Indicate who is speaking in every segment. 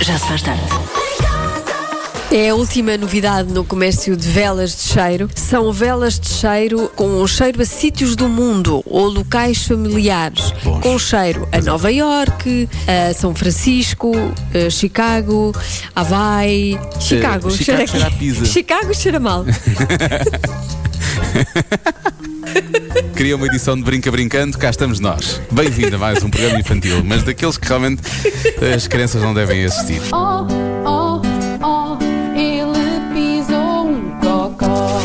Speaker 1: Já se faz tarde.
Speaker 2: É a última novidade no comércio de velas de cheiro. São velas de cheiro com um cheiro a sítios do mundo ou locais familiares.
Speaker 3: Bons.
Speaker 2: Com cheiro a Nova York, a São Francisco, a Chicago, Hawaii. Chicago,
Speaker 3: Chicago
Speaker 2: a
Speaker 3: cheira a
Speaker 2: quê?
Speaker 3: pizza.
Speaker 2: Chicago cheira mal.
Speaker 3: Cria uma edição de Brinca Brincando, cá estamos nós. Bem-vindo a mais um programa infantil, mas daqueles que realmente eh, as crianças não devem assistir.
Speaker 4: Oh, oh, oh, ele pisou um cocó.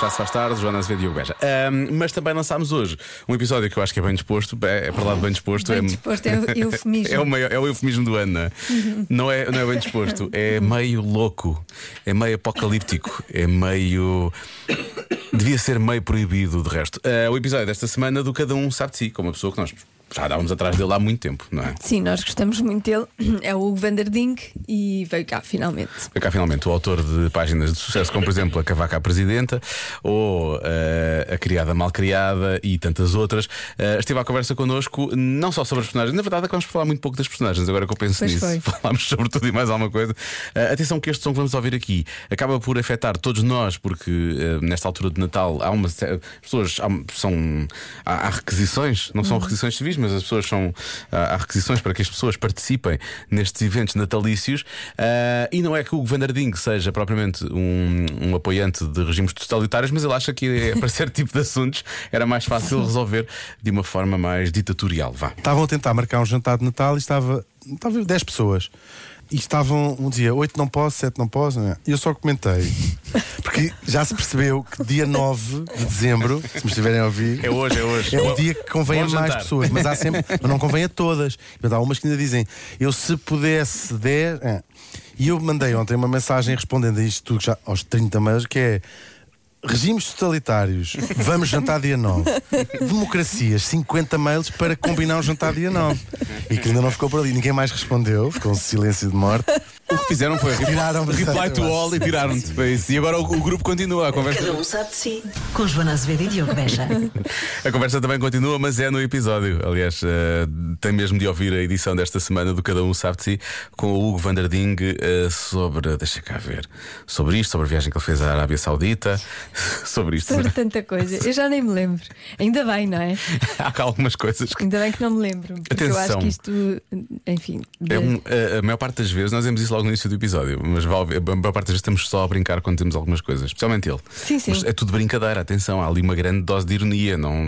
Speaker 3: Já se faz tarde, Joana Azevedo e Hugo Beja. Ahm, mas também lançámos hoje um episódio que eu acho que é bem disposto, é, é para lá de bem disposto.
Speaker 2: Bem
Speaker 3: é,
Speaker 2: disposto, Uhum. é o eufemismo.
Speaker 3: É o, maior- é o eufemismo do ano, não é? Não é, não é bem disposto, é meio louco, é meio apocalíptico, é meio. Devia ser meio proibido, de resto. Ah, o episódio desta semana do Cada Um Sabe de Si, com uma pessoa que nós já andávamos atrás dele há muito tempo, não é?
Speaker 2: Sim, nós gostamos muito dele. É o Hugo Vanderdink e veio cá finalmente.
Speaker 3: Cá finalmente o autor de páginas de sucesso, como por exemplo a Cavaca à Presidenta ou eh, A Criada Mal Criada e tantas outras, eh, esteve à conversa connosco não só sobre as personagens, na verdade é que vamos falar muito pouco das personagens, agora que eu penso
Speaker 2: Pois
Speaker 3: nisso.
Speaker 2: foi.
Speaker 3: Falámos sobre tudo e mais alguma coisa. Eh, atenção que este som que vamos ouvir aqui acaba por afetar todos nós, porque eh, nesta altura de Natal há uma série- é, as pessoas há- são há, há requisições, não são requisições civis, mas as pessoas são há, há requisições para que as pessoas participem nestes eventos natalícios. Ah, e não é que o Vandarding seja propriamente um, um apoiante de regimes totalitários, mas ele acha que eh, para certo tipo de assuntos era mais fácil resolver de uma forma mais ditatorial. Vá.
Speaker 5: Estavam a tentar marcar um jantar de Natal e estava, estava 10 pessoas. E estavam um dia, 8 não posso, 7 não posso, né? e eu só comentei. Porque já se percebeu que dia 9 de dezembro, se me estiverem a ouvir,
Speaker 3: É hoje, é hoje.
Speaker 5: é o dia que convém a
Speaker 3: Bom
Speaker 5: mais
Speaker 3: jantar.
Speaker 5: pessoas, mas há sempre, mas não convém a todas. Mas há umas que ainda dizem, eu se pudesse 10. é. E eu mandei ontem uma mensagem respondendo a isto tudo, já aos 30 mas que é. Regimes totalitários, vamos jantar dia 9. Democracias, 50 mails para combinar um jantar dia 9. E que ainda não ficou por ali, ninguém mais respondeu, com silêncio de morte.
Speaker 3: O que fizeram foi
Speaker 5: Tiraram
Speaker 3: reply to all e tiraram-te. Foi isso. E agora o, o grupo continua a conversa.
Speaker 1: Cada um sabe de si. Com Joana Azevedo e Diogo Beja.
Speaker 3: A conversa também continua, mas é no episódio. Aliás, eh, tem mesmo de ouvir a edição desta semana do Cada Um Sabe de Si com o Hugo Vanderding eh, sobre. Deixa cá ver. Sobre isto, sobre a viagem que ele fez à Arábia Saudita. Sobre isto.
Speaker 2: Sobre tanta coisa. Eu já nem me lembro. Ainda bem, não é?
Speaker 3: Há algumas coisas que.
Speaker 2: Ainda bem que não me lembro. Porque eu acho
Speaker 3: Atenção.
Speaker 2: que isto, enfim.
Speaker 3: É
Speaker 2: de-
Speaker 3: um- a, a maior parte das vezes, nós vemos isso logo no início do episódio, mas vá ouvir- a maior parte das vezes estamos só a brincar quando temos algumas coisas, especialmente ele.
Speaker 2: Sim, sim.
Speaker 3: Mas é tudo brincadeira, atenção, há ali uma grande dose de ironia, não,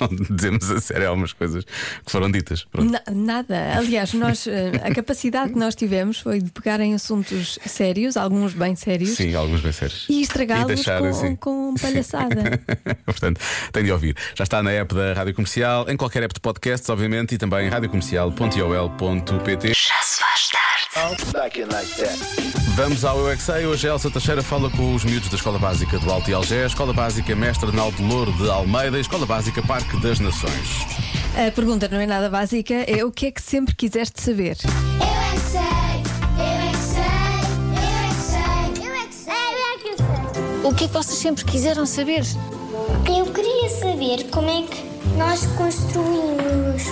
Speaker 3: não dizemos a sério algumas coisas que foram ditas. Pronto.
Speaker 2: Na- nada. Aliás, nós, eh, a capacidade que nós tivemos foi de pegar em assuntos sérios, alguns bem sérios,
Speaker 3: Sim, alguns bem sérios.
Speaker 2: e estragá-los
Speaker 3: deixar
Speaker 2: com,
Speaker 3: assim.
Speaker 2: com palhaçada.
Speaker 3: Portanto, tem de ouvir. Já está na app da Rádio Comercial, em qualquer app de podcasts, obviamente, e também em radiocomercial.ol.pt. Vamos ao Eu é Que Sei. Hoje a Elsa Teixeira fala com os miúdos da Escola Básica do Alto e Algé, Escola Básica Mestre Arnaldo Louro de Almeida e Escola Básica Parque das Nações.
Speaker 2: a pergunta não é nada básica, é o que é que sempre quiseste saber?
Speaker 6: Eu é que sei, eu é que sei, eu é que sei, eu é que sei, eu é que sei,
Speaker 7: O que é que vocês sempre quiseram saber?
Speaker 6: eu queria saber como é que nós construímos,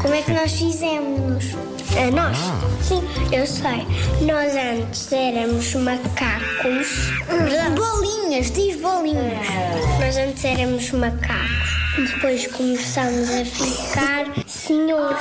Speaker 6: como é que nós fizemos. É nós? Sim, eu sei. Nós antes éramos macacos. Bolinhas, diz bolinhas. Nós antes éramos macacos. Depois começámos a ficar senhores.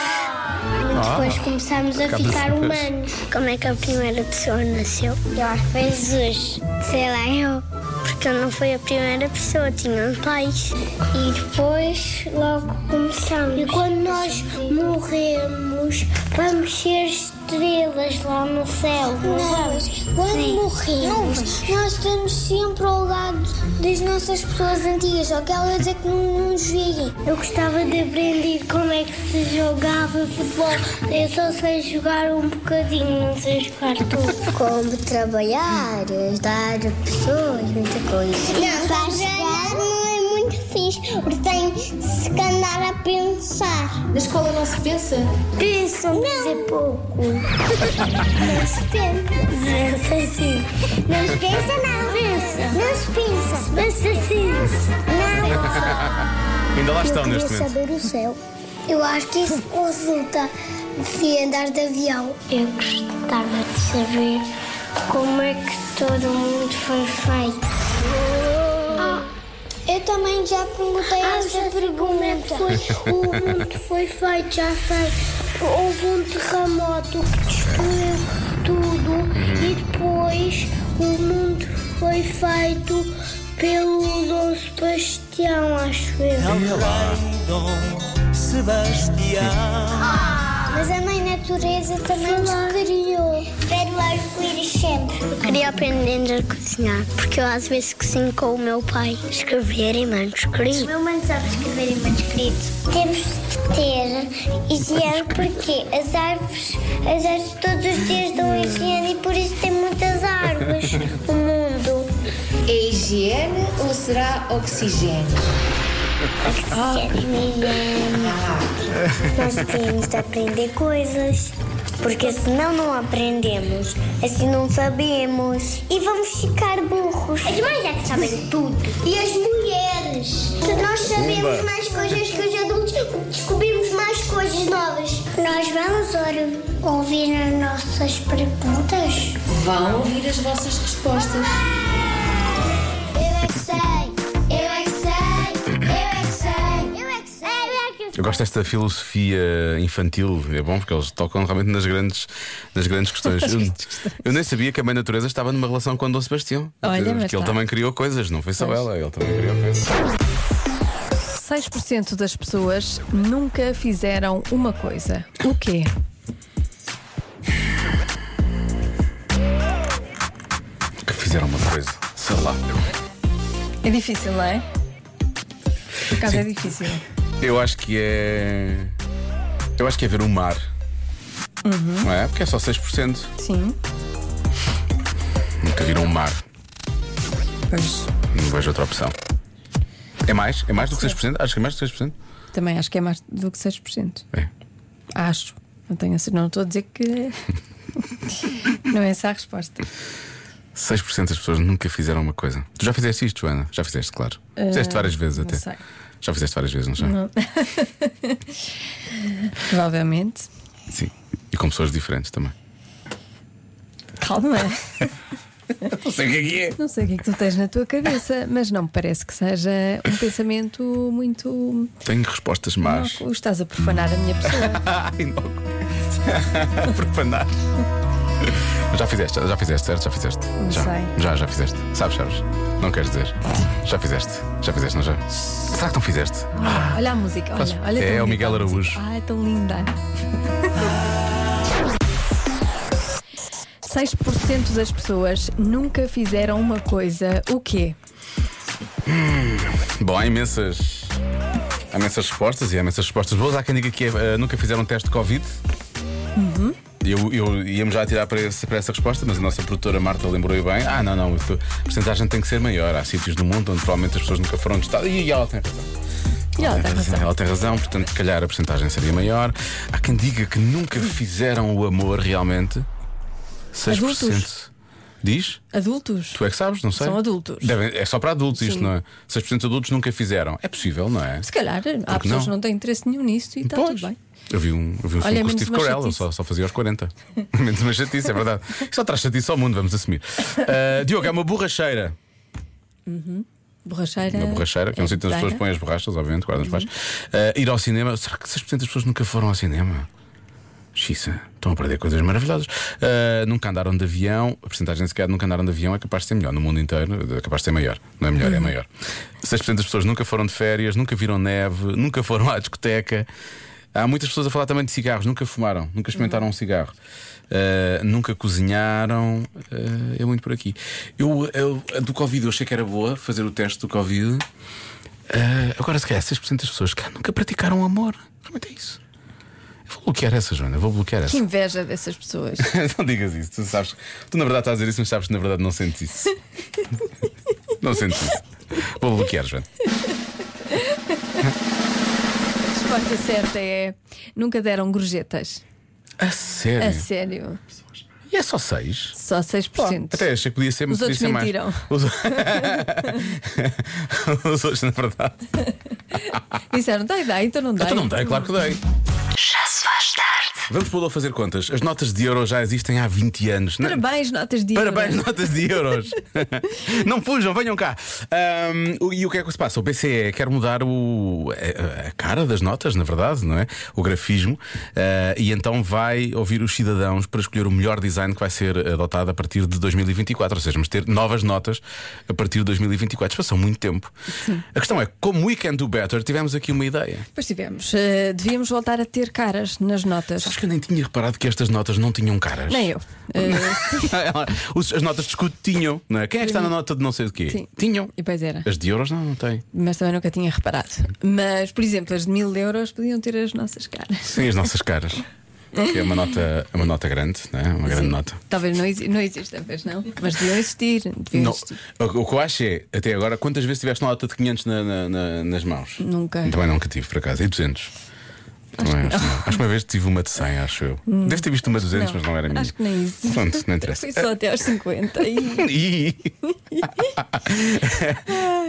Speaker 6: Depois começámos a ficar humanos. Como é que a primeira pessoa nasceu? Eu acho que foi Jesus. Sei lá, eu. Porque eu não fui a primeira pessoa, tinham pais. E depois logo começámos. E quando nós morremos, vamos ser estrelas lá no céu. Não, quando morremos, nós estamos sempre ao lado das nossas pessoas antigas, só que elas é que não nos veem. Eu gostava de aprender como é que se jogava futebol. Eu só sei jogar um bocadinho, não sei jogar tudo. Como trabalhar, ajudar pessoas, muita coisa. Não, trabalhar não é muito fixe, porque tem que andar a pensar.
Speaker 4: Na escola não se pensa?
Speaker 6: Pensam, mas é pouco. Não se pensa. Pensa sim. Não se assim. pensa, não. Pensa. Não se pensa. Pensa assim. sim. Não.
Speaker 3: Ainda lá estão
Speaker 6: Eu queria
Speaker 3: neste momento.
Speaker 6: saber o céu. Eu acho que isso consulta Devia andar de avião. Eu gostava de saber como é que todo mundo foi feito. Ah, eu também já perguntei essa pergunta. Ah, Como é que foi, o mundo foi feito, já sei. Houve um terremoto que destruiu tudo
Speaker 3: Uhum.
Speaker 6: e depois o mundo foi feito pelo Dom Sebastião, acho eu. Mas a mãe natureza também nos criou. Quero arco-íris sempre. Eu queria aprender a cozinhar, porque eu às vezes cozinho com o meu pai. Escrever em manuscrito. O meu mãe sabe escrever em manuscrito. Temos de ter higiene, porque as árvores, as árvores todos os dias dão higiene e por isso tem muitas árvores. O mundo.
Speaker 8: É higiene ou será oxigênio?
Speaker 6: Nós temos de aprender coisas. Porque senão não aprendemos, assim não sabemos. E vamos ficar burros. As mães é que sabem tudo. E as mulheres. Nós sabemos mais coisas que os adultos, descobrimos mais coisas novas. Nós vamos or- ouvir as nossas perguntas?
Speaker 8: Vão ouvir as vossas respostas.
Speaker 6: Eu é que sei, eu é que sei, eu é que sei, eu é que sei, eu é que sei.
Speaker 3: Eu gosto desta filosofia infantil, é bom, porque eles tocam realmente nas grandes, nas grandes questões. Eu, eu nem sabia que a mãe natureza estava numa relação com o Dom Sebastião.
Speaker 9: Olha,
Speaker 3: Quer dizer,
Speaker 9: mas
Speaker 3: porque ele
Speaker 9: está.
Speaker 3: também criou coisas, não foi só ela, ele também criou coisas.
Speaker 9: 6% das pessoas nunca fizeram uma coisa. O quê?
Speaker 3: Que fizeram uma coisa, sei lá.
Speaker 9: É difícil, não é? Por acaso
Speaker 3: Sim.
Speaker 9: é difícil.
Speaker 3: Eu acho que é. Eu acho que é ver o mar. Não é? Porque é só 6%.
Speaker 9: Sim.
Speaker 3: Nunca viram um mar.
Speaker 9: Pois.
Speaker 3: Não vejo outra opção. É mais? É mais do que 6%? Acho que é mais do que 6%.
Speaker 9: Também acho que é mais do que 6%.
Speaker 3: É.
Speaker 9: Acho. Não tenho a cer- Não estou a dizer que. não é essa a resposta.
Speaker 3: 6% das pessoas nunca fizeram uma coisa. Tu já fizeste isto, Joana? Já fizeste, claro. fizeste várias vezes
Speaker 9: Eh, não
Speaker 3: até.
Speaker 9: sei.
Speaker 3: Já fizeste várias vezes, não já?
Speaker 9: Provavelmente.
Speaker 3: Sim. E com pessoas diferentes também.
Speaker 9: Calma.
Speaker 3: Não sei o que é que é.
Speaker 9: Não sei o que é que tu tens na tua cabeça, mas não me parece que seja um pensamento muito.
Speaker 3: Tenho respostas más.
Speaker 9: Não, estás a profanar a minha pessoa.
Speaker 3: Ai, não. Profanar. Já fizeste, já fizeste, certo? Já fizeste. já.
Speaker 9: sei.
Speaker 3: já, já fizeste. Sabes, sabes? Não queres dizer. Já fizeste. Já fizeste, não já? Será que não fizeste?
Speaker 9: Olha a música,
Speaker 3: Faz-
Speaker 9: olha. olha
Speaker 3: É,
Speaker 9: tão
Speaker 3: é o
Speaker 9: bonita
Speaker 3: Miguel
Speaker 9: a música.
Speaker 3: Araújo.
Speaker 9: Ah, é tão linda. 6% das pessoas nunca fizeram uma coisa. O quê?
Speaker 3: Bom, há imensas. Há imensas respostas e há imensas respostas boas. Há quem diga que eh, nunca fizeram um teste de Covid.
Speaker 9: Uhum.
Speaker 3: Eu, eu íamos já tirar para, esse- para essa resposta, mas a nossa produtora Marta lembrou bem. Ah, não, não, isso- a porcentagem tem que ser maior. Há sítios do mundo onde provavelmente as pessoas nunca foram testadas. E ela tem razão.
Speaker 9: E ela tem razão.
Speaker 3: Ela tem razão, portanto, se calhar a porcentagem seria maior. Há quem diga que nunca fizeram o amor realmente. 6%.
Speaker 9: Adultos.
Speaker 3: Diz?
Speaker 9: Adultos?
Speaker 3: Tu é que sabes, não sei.
Speaker 9: São adultos.
Speaker 3: Devem- é só para adultos isto, não é? 6% de adultos nunca fizeram. É possível, não é?
Speaker 9: Se calhar há
Speaker 3: Porque
Speaker 9: pessoas que
Speaker 3: não?
Speaker 9: não têm interesse nenhum nisso e está
Speaker 3: Pois.
Speaker 9: tudo bem.
Speaker 3: Eu vi um, eu vi um filme
Speaker 9: Olha,
Speaker 3: com o
Speaker 9: menos
Speaker 3: Steve
Speaker 9: uma
Speaker 3: Carell, eu
Speaker 9: chatice.
Speaker 3: só, só fazia aos 40. menos uma chatice, é verdade. Só traz chatice ao mundo, vamos assumir. Ah, Diogo, é uma borracheira.
Speaker 9: Borracheira.
Speaker 3: Uma borracheira, que é um sítio onde as pessoas põem as borrachas, obviamente, guardam os pais. Ah, ir ao cinema, será que 6% das pessoas nunca foram ao cinema? Xissa, estão a perder coisas maravilhosas. Ah, nunca andaram de avião, a porcentagem sequer nunca andaram de avião é capaz de ser melhor no mundo inteiro, é capaz de ser maior. Não é melhor, é maior. 6% das pessoas nunca foram de férias, nunca viram neve, nunca foram à discoteca. Há muitas pessoas a falar também de cigarros, nunca fumaram, nunca experimentaram um cigarro, Ah, nunca cozinharam. Ah, é muito por aqui. Eu, eu- a do Covid, eu achei que era boa fazer o teste do Covid. Ah, agora, se calhar, 6% das pessoas cá nunca praticaram amor. Realmente é isso. Eu vou bloquear essa, Joana, eu vou bloquear
Speaker 9: Que
Speaker 3: essa.
Speaker 9: inveja dessas pessoas.
Speaker 3: não digas isso, tu sabes. Tu na verdade estás a dizer isso, mas sabes que na verdade não sentes isso. não sentes isso. Vou bloquear, Joana.
Speaker 9: A resposta certa é: nunca deram gorjetas.
Speaker 3: A
Speaker 9: A
Speaker 3: sério.
Speaker 9: sério.
Speaker 3: E é só 6?
Speaker 9: Só 6%.
Speaker 3: Até achei que podia ser, mas
Speaker 9: Os
Speaker 3: podia
Speaker 9: outros
Speaker 3: ser mais.
Speaker 9: mentiram.
Speaker 3: Os... Os outros, na verdade.
Speaker 9: Disseram, dá, dá, então não dá.
Speaker 3: Então não dei, claro que dei.
Speaker 1: Já se faz tarde.
Speaker 3: Vamos pô-lo a fazer contas. As notas de euro já existem há 20 anos. Na-
Speaker 9: Parabéns, notas de
Speaker 3: Parabéns,
Speaker 9: euros.
Speaker 3: notas de euros. Não fujam, venham cá. Ahm, o- e o que é que se passa? O BCE quer mudar o- a, a cara das notas, na verdade, não é? O grafismo. Ah, e então vai ouvir os cidadãos para escolher o melhor design que vai ser adotado a partir de 2024. Ou seja, vamos ter novas notas a partir de 2024. Já passou muito tempo. A questão é: como We Can Do Better, tivemos aqui uma ideia.
Speaker 9: Depois tivemos. eh, devíamos voltar a ter caras nas notas.
Speaker 3: Sabes que eu nem tinha reparado que estas notas não tinham caras.
Speaker 9: Nem eu. Eh,
Speaker 3: Ela- os- As notas de escudo tinham, não é? Quem é que está na nota de não sei o quê?
Speaker 9: Uhum. Sim.
Speaker 3: Tinham.
Speaker 9: e pois era.
Speaker 3: As de euros não, não tem.
Speaker 9: Mas também nunca tinha reparado. Mas, por exemplo, as de mil euros podiam ter as nossas caras.
Speaker 3: Sim, as nossas caras. Que é uma nota, é uma nota grande, não é? Uma grande
Speaker 9: Sim.
Speaker 3: nota.
Speaker 9: Talvez não, exi- não exista, pois não. Mas deviam existir. Deviam
Speaker 3: Não,
Speaker 9: existir.
Speaker 3: o o que eu acho é, até agora, quantas vezes tiveste uma nota de 500 na- na- na- nas mãos?
Speaker 9: Nunca.
Speaker 3: Também nunca tive, por acaso. E 200? Acho, que acho que uma vez tive uma de 100, acho eu. Deves ter visto uma de 200, mas não era a minha.
Speaker 9: Hum. Acho que nem isso.
Speaker 3: Pronto, não interessa.
Speaker 9: Foi só até aos 50. E...
Speaker 3: Ih.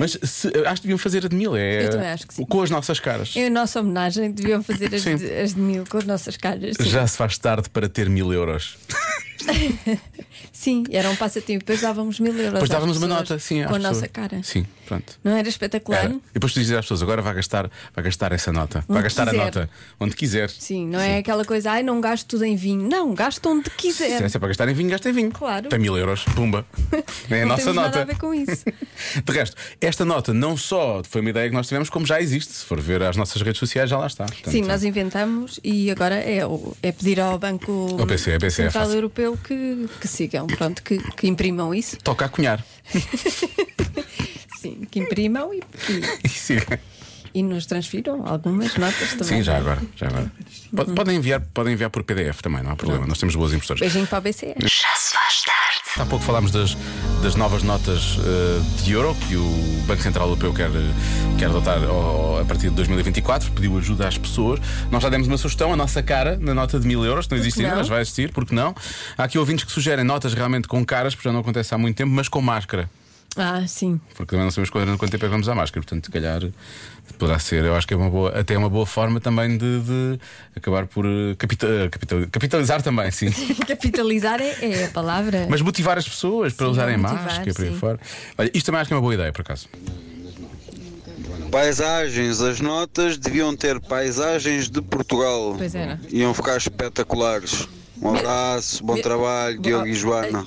Speaker 3: Mas se- acho que deviam fazer a de mil. É,
Speaker 9: Eu também acho que sim.
Speaker 3: Com as nossas caras.
Speaker 9: Em nossa homenagem, deviam fazer as
Speaker 3: Sim.
Speaker 9: de, as de mil com as nossas caras. Sim,
Speaker 3: Já se faz tarde para ter mil euros.
Speaker 9: Sim, era um passatempo. Depois dávamos mil euros.
Speaker 3: Depois
Speaker 9: às
Speaker 3: dávamos uma
Speaker 9: pessoas
Speaker 3: nota, sim.
Speaker 9: Com a
Speaker 3: às
Speaker 9: nossa
Speaker 3: pessoas.
Speaker 9: cara.
Speaker 3: Sim, pronto.
Speaker 9: Não era espetacular?
Speaker 3: Era. E depois tu dizes às pessoas, agora vai gastar, vai gastar essa nota. vai
Speaker 9: Onde
Speaker 3: gastar a
Speaker 9: quiser.
Speaker 3: nota onde quiser.
Speaker 9: Sim, não é aquela coisa, ai, não gasto tudo em vinho. Não, gasto onde
Speaker 3: Se
Speaker 9: quiser.
Speaker 3: é para gastar em vinho, gasta em vinho.
Speaker 9: Claro.
Speaker 3: Tem mil euros, pumba. É a
Speaker 9: não
Speaker 3: nossa
Speaker 9: temos
Speaker 3: nota.
Speaker 9: nada a ver com isso.
Speaker 3: De resto, esta nota não só foi uma ideia que nós tivemos, como já existe. Se for ver as nossas redes sociais, já lá está. Portanto,
Speaker 9: Sim, nós inventamos e agora é, o- é pedir ao Banco
Speaker 3: Ao BCE, BCE,
Speaker 9: Central
Speaker 3: faça.
Speaker 9: Europeu que, que sigam, pronto, que, que imprimam isso.
Speaker 3: Toca a cunhar.
Speaker 9: Sim, que imprimam e, e,
Speaker 3: E siga.
Speaker 9: Tá e nos transfiram algumas notas também.
Speaker 3: Sim, já agora. Já agora. Pod- Podem, enviar, podem enviar por PDF também, não há
Speaker 9: Tá.
Speaker 3: problema. Nós temos boas impressoras.
Speaker 9: Beijinho para o BCE.
Speaker 3: Há pouco falámos das, das novas notas eh, de euro que o Banco Central Europeu quer, quer adotar ó, a partir de 2024, pediu ajuda às pessoas. Nós já demos uma sugestão, a nossa cara na nota de mil euros, que não existe ainda,
Speaker 9: não?
Speaker 3: mas vai existir, porque não? Há aqui ouvintes que sugerem notas realmente com caras, porque já não acontece há muito tempo, mas com máscara.
Speaker 9: Ah, sim.
Speaker 3: Porque também não sabemos quando- quanto tempo é que vamos à máscara, portanto, se calhar poderá ser, eu acho que é uma boa, até uma boa forma também de, de acabar por eh, capita- capitali- capitalizar também, sim.
Speaker 9: Capitalizar é, é a palavra.
Speaker 3: Mas motivar as pessoas para usarem
Speaker 9: motivar,
Speaker 3: máscara para aí
Speaker 9: sim.
Speaker 3: fora. Olha, isto também acho que é uma boa ideia, por acaso.
Speaker 10: Paisagens, as notas deviam ter paisagens de Portugal.
Speaker 9: Pois era.
Speaker 10: Iam ficar espetaculares. Um abraço, bom trabalho, Diogo e Joana.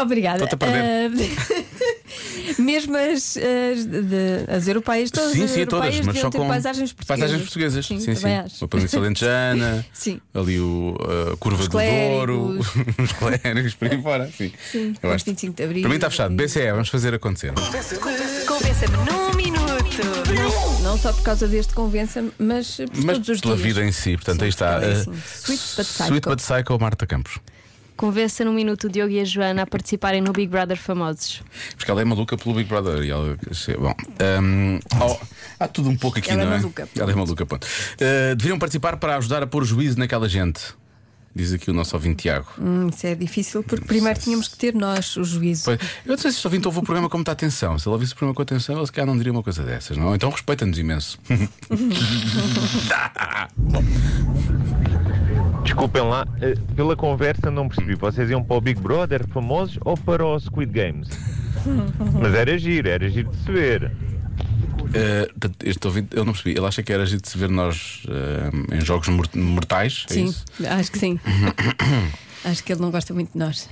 Speaker 9: Obrigada.
Speaker 3: Estou-te a perder.
Speaker 9: Ah, mesmo as, as, de- as europeias, todas
Speaker 3: sim,
Speaker 9: as
Speaker 3: sim,
Speaker 9: europeias
Speaker 3: todas, mas
Speaker 9: deviam
Speaker 3: só
Speaker 9: ter
Speaker 3: com
Speaker 9: paisagens portuguesas.
Speaker 3: Paisagens portuguesas.
Speaker 9: Sim,
Speaker 3: sim.
Speaker 9: também acho.
Speaker 3: A Península Lentejana,
Speaker 9: Sim.
Speaker 3: ali o a Curva
Speaker 9: Os
Speaker 3: do Douro, os clérigos, por aí fora. Sim,
Speaker 9: Sim,
Speaker 3: Eu
Speaker 9: com
Speaker 3: acho.
Speaker 9: 25 de Abril.
Speaker 3: Para mim está fechado. BCE, vamos fazer acontecer.
Speaker 1: Convença-me num minuto.
Speaker 9: Não só por causa deste convença-me, mas por
Speaker 3: Mas
Speaker 9: todos os
Speaker 3: pela
Speaker 9: dias.
Speaker 3: vida em si, portanto, aí está.
Speaker 9: também,
Speaker 3: eh,
Speaker 9: sim. é Sweet but Psycho.
Speaker 3: Sweet but Psycho, Marta Campos.
Speaker 11: Convença no minuto o Diogo e a Joana a participarem no Big Brother Famosos.
Speaker 3: Porque ela é maluca pelo Big Brother e ela. Bom, hum, ó, há tudo um pouco aqui,
Speaker 9: Ela é
Speaker 3: não é?
Speaker 9: maluca, ponto.
Speaker 3: Ela é maluca, ponto. Uh, deveriam participar para ajudar a pôr juízo naquela gente. Diz aqui o nosso ouvinte Tiago.
Speaker 9: Hum, isso é difícil porque primeiro tínhamos que ter nós o juízo.
Speaker 3: Pois, Eu não sei se este ouvinte ouve o programa com muita atenção. Se ele ouvisse o programa com atenção, ele se calhar não diria uma coisa dessas, não? Então respeita-nos imenso.
Speaker 12: Desculpem lá, eh, pela conversa não percebi. Vocês iam para o Big Brother famosos ou para o Squid Games? Mas era giro, era giro de se ver.
Speaker 3: Uh, portanto, este ouvinte, eu não percebi. Ele acha que era a gente se ver nós uh, em jogos mor- mortais. É
Speaker 9: sim,
Speaker 3: isso?
Speaker 9: acho que sim. acho que ele não gosta muito de nós.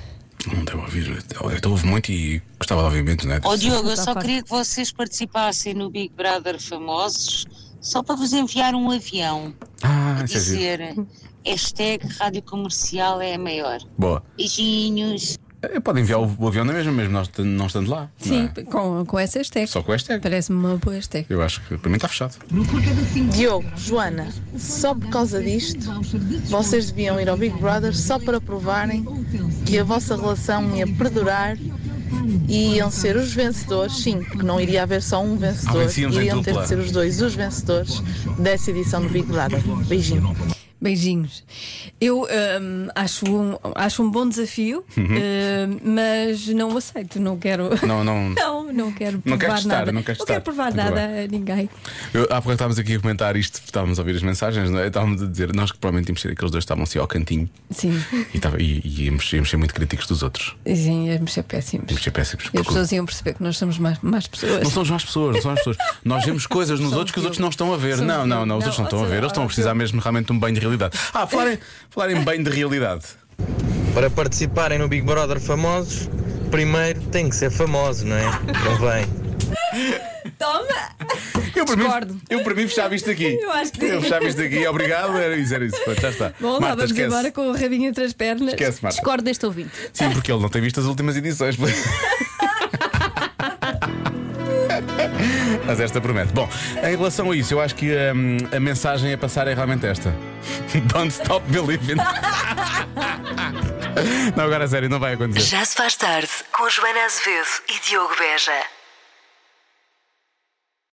Speaker 3: Não devo ouvir. Eu, eu então ouve muito e gostava de ouvir muito, não é?
Speaker 13: Ó Diogo, eu só queria que vocês participassem no Big Brother Famosos só para vos enviar um avião
Speaker 3: Ah,
Speaker 13: e
Speaker 3: isso é giro.
Speaker 13: dizer hashtag Rádio Comercial é a maior.
Speaker 3: Boa.
Speaker 13: Beijinhos.
Speaker 3: Eh, Pode enviar o, o avião na mesma, mesmo nós t- não estando lá.
Speaker 9: Sim,
Speaker 3: não é?
Speaker 9: com, com essa hashtag.
Speaker 3: Só com esta é.
Speaker 9: Parece-me uma boa hashtag.
Speaker 3: Eu acho que para mim está fechado.
Speaker 14: Diogo, Joana, só por causa disto, vocês deviam ir ao Big Brother só para provarem que a vossa relação ia perdurar e iam ser os vencedores, sim, porque não iria haver só um
Speaker 3: Ah,
Speaker 14: vencedor,
Speaker 3: vencíamos em
Speaker 14: iriam ter
Speaker 3: dupla.
Speaker 14: de ser os dois os vencedores dessa edição do Big Brother. Beijinho.
Speaker 9: Beijinhos. Eu hum, acho, um, acho um bom desafio,
Speaker 3: Uhum.
Speaker 9: hum, mas não o aceito, não quero.
Speaker 3: Não, não.
Speaker 9: não, não quero
Speaker 3: Não quero
Speaker 9: provar
Speaker 3: testar,
Speaker 9: nada.
Speaker 3: não quero testar.
Speaker 9: quero provar
Speaker 3: Muito
Speaker 9: nada
Speaker 3: bem.
Speaker 9: a ninguém.
Speaker 3: Eu, há pouco estávamos aqui a comentar isto, estávamos a ouvir as mensagens, não é? Estávamos a dizer, nós que provavelmente íamos ser aqueles dois que estavam assim ao cantinho
Speaker 9: Sim,
Speaker 3: e, estava, e, e íamos, íamos ser muito críticos dos outros.
Speaker 9: sim, íamos ser péssimos.
Speaker 3: Íamos ser péssimos.
Speaker 9: E as
Speaker 3: porque-
Speaker 9: pessoas iam perceber que nós somos mais, mais pessoas.
Speaker 3: Não somos mais pessoas, não somos mais pessoas. Nós vemos coisas nos outros que os outros não estão a ver.
Speaker 9: Somos
Speaker 3: Não, não, não, os outros não estão a ver. Eles estão a precisar mesmo realmente de um banho de realidade. Ah, falarem, falarem bem de realidade.
Speaker 15: Para participarem no Big Brother famosos, primeiro tem que ser famoso, não é? Convém.
Speaker 9: Toma!
Speaker 3: Eu para, mim, eu para mim fechava isto aqui.
Speaker 9: Eu acho que sim.
Speaker 3: fechava isto aqui, obrigado. Era isso, era isso. Pronto, já está.
Speaker 9: Bom, lá
Speaker 3: Marta,
Speaker 9: vamos
Speaker 3: esquece.
Speaker 9: embora com o rabinho entre as pernas.
Speaker 3: Esquece, Marta.
Speaker 11: Discordo deste ouvinte.
Speaker 3: Sim, porque ele não tem visto as últimas edições. Mas esta promete. Bom, em relação a isso, eu acho que hum, a mensagem a passar é realmente esta: Don't stop believing. Não, agora a sério, não vai acontecer.
Speaker 1: Já se faz tarde com Joana Azevedo e Diogo Beja.